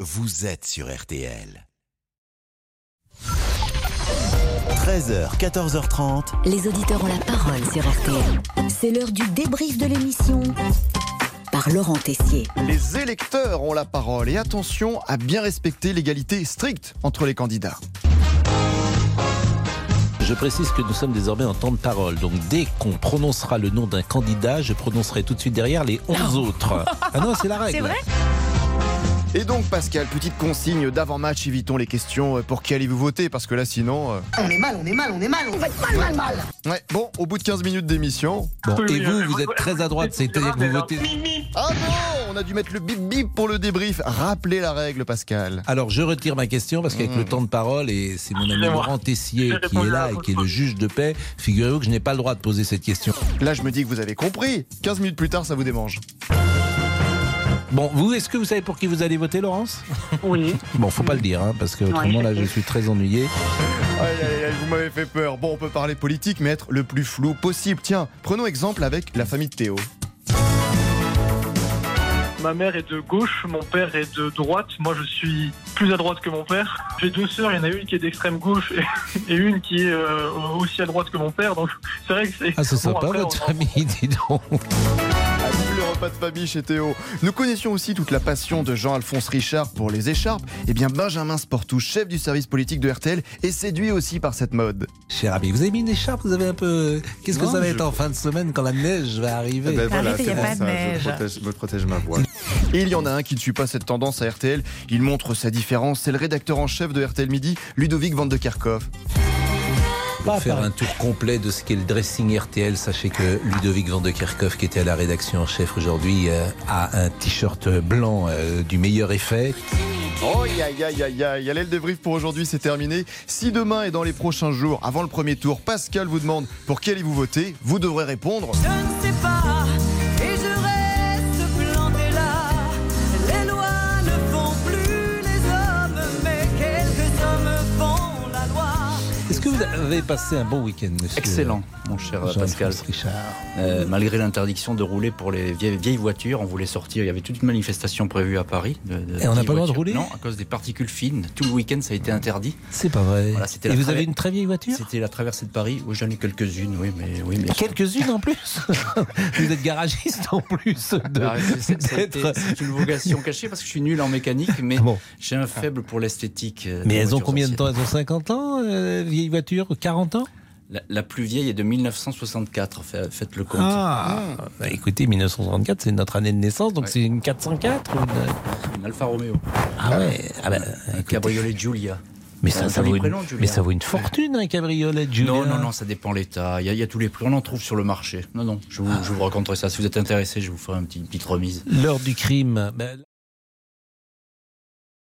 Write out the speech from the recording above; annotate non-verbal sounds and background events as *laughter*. vous êtes sur RTL. 13h, 14h30. Les auditeurs ont la parole sur RTL. C'est l'heure du débrief de l'émission par Laurent Tessier. Les électeurs ont la parole et attention à bien respecter l'égalité stricte entre les candidats. Je précise que nous sommes désormais en temps de parole. Donc dès qu'on prononcera le nom d'un candidat, je prononcerai tout de suite derrière les *laughs* 11 autres. Ah non, c'est la règle. C'est vrai Et donc Pascal, petite consigne d'avant-match, évitons les questions euh, pour qui allez-vous voter parce que là sinon... euh, On est mal, on est mal, on est mal, on va être mal, mal, mal. Ouais, bon, au bout de 15 minutes d'émission... Bon, Oui, et oui, vous, oui, vous oui. êtes très à droite, c'est-à-dire que vous votez. Ah non, on a dû mettre le bip bip pour le débrief. Rappelez la règle Pascal. Alors je retire ma question parce qu'avec le temps de parole, et c'est mon ami Mm. Excusez-moi. Laurent Tessier J'ai qui est répondu à là la et fausse qui est le fois. juge de paix, figurez-vous que je n'ai pas le droit de poser cette question. Là je me dis que vous avez compris. 15 minutes plus tard ça vous démange. Bon, vous, est-ce que vous savez pour qui vous allez voter, Laurence Oui. Bon, faut pas le dire, hein, parce que autrement là, je suis très ennuyé. Aïe, aïe, aïe, vous m'avez fait peur. Bon, on peut parler politique, mais être le plus flou possible. Tiens, prenons exemple avec la famille de Théo. Ma mère est de gauche, mon père est de droite. Moi, je suis plus à droite que mon père. J'ai deux sœurs, il y en a une qui est d'extrême gauche et, et une qui est euh, aussi à droite que mon père. Donc, c'est vrai que c'est. Ah, c'est Bon, sympa après, votre *laughs* on- famille, dis donc. Ah, vu le repas de famille chez Théo. Nous connaissions aussi toute la passion de Jean-Alphonse Richard pour les écharpes. Eh bien, Benjamin Sportou, chef du service politique de RTL, est séduit aussi par cette mode. Cher ami, vous avez mis une écharpe, vous avez un peu. Qu'est-ce que Non, ça va je- être en fin de semaine quand la neige va arriver Eh ben Arrêtez, y a c'est pas de neige. Je protège, me protège ma voix. Et il y en a un qui ne suit pas cette tendance à RTL. Il montre sa différence. C'est le rédacteur en chef de RTL Midi, Ludovic Van de Kerkhoff. Pour faire un tour complet de ce qu'est le dressing RTL, sachez que Ludovic Van de Kerkhoff, qui était à la rédaction en chef aujourd'hui, euh, a un t-shirt blanc euh, du meilleur effet. Oh, ya, ya, ya, ya, ya, le débrief pour aujourd'hui, c'est terminé. Si demain et dans les prochains jours, avant le premier tour, Pascal vous demande pour qui allez-vous voter, vous devrez répondre. Je ne sais pas, et je reste planté là. Les lois ne font plus les hommes, mais quelques hommes font la loi. Est-ce que vous avez passé un bon week-end, monsieur Excellent, mon cher Pascal. Jean-François Richard. Euh, malgré l'interdiction de rouler pour les vieilles, vieilles voitures, on voulait sortir. Il y avait toute une manifestation prévue à Paris. de- de Et on n'a pas le vieilles droit de voitures. rouler Non, à cause des particules fines. Tout le week-end, ça a été interdit. C'est pas vrai. Voilà, c'était Et la vous travers- avez une très vieille voiture C'était la traversée de Paris. Oui, j'en ai quelques-unes, oui, mais. Oui, Ah, mais... Quelques-unes en plus *laughs* Vous êtes garagiste en plus de- *laughs* Alors, Ah, c'est- c'est- d'être- c'était- C'est une vocation cachée parce que je suis nul en mécanique, mais Ah bon. j'ai un faible pour l'esthétique. euh, Mais des elles ont voitures combien de anciennes. temps Elles ont 50 ans, euh, vieille voiture 40 ans la, la plus vieille est de 1964, fa- faites le compte. Ah, bah écoutez, 1934, c'est notre année de naissance, donc Ouais. c'est une 404 ou une- Une Alfa Romeo, Ah ouais, ah bah, un écoutez, cabriolet Giulia. mais, ça, un ça joli vaut une, prénom, Julien. mais ça vaut une fortune, un cabriolet, Julien. Non, non, non, ça dépend l'état. Il y, a- il y a tous les prix. On en trouve sur le marché. Non, non, je vous, je vous raconterai ça. Si vous êtes intéressé, je vous ferai une petite, petite remise. L'heure du crime. ben,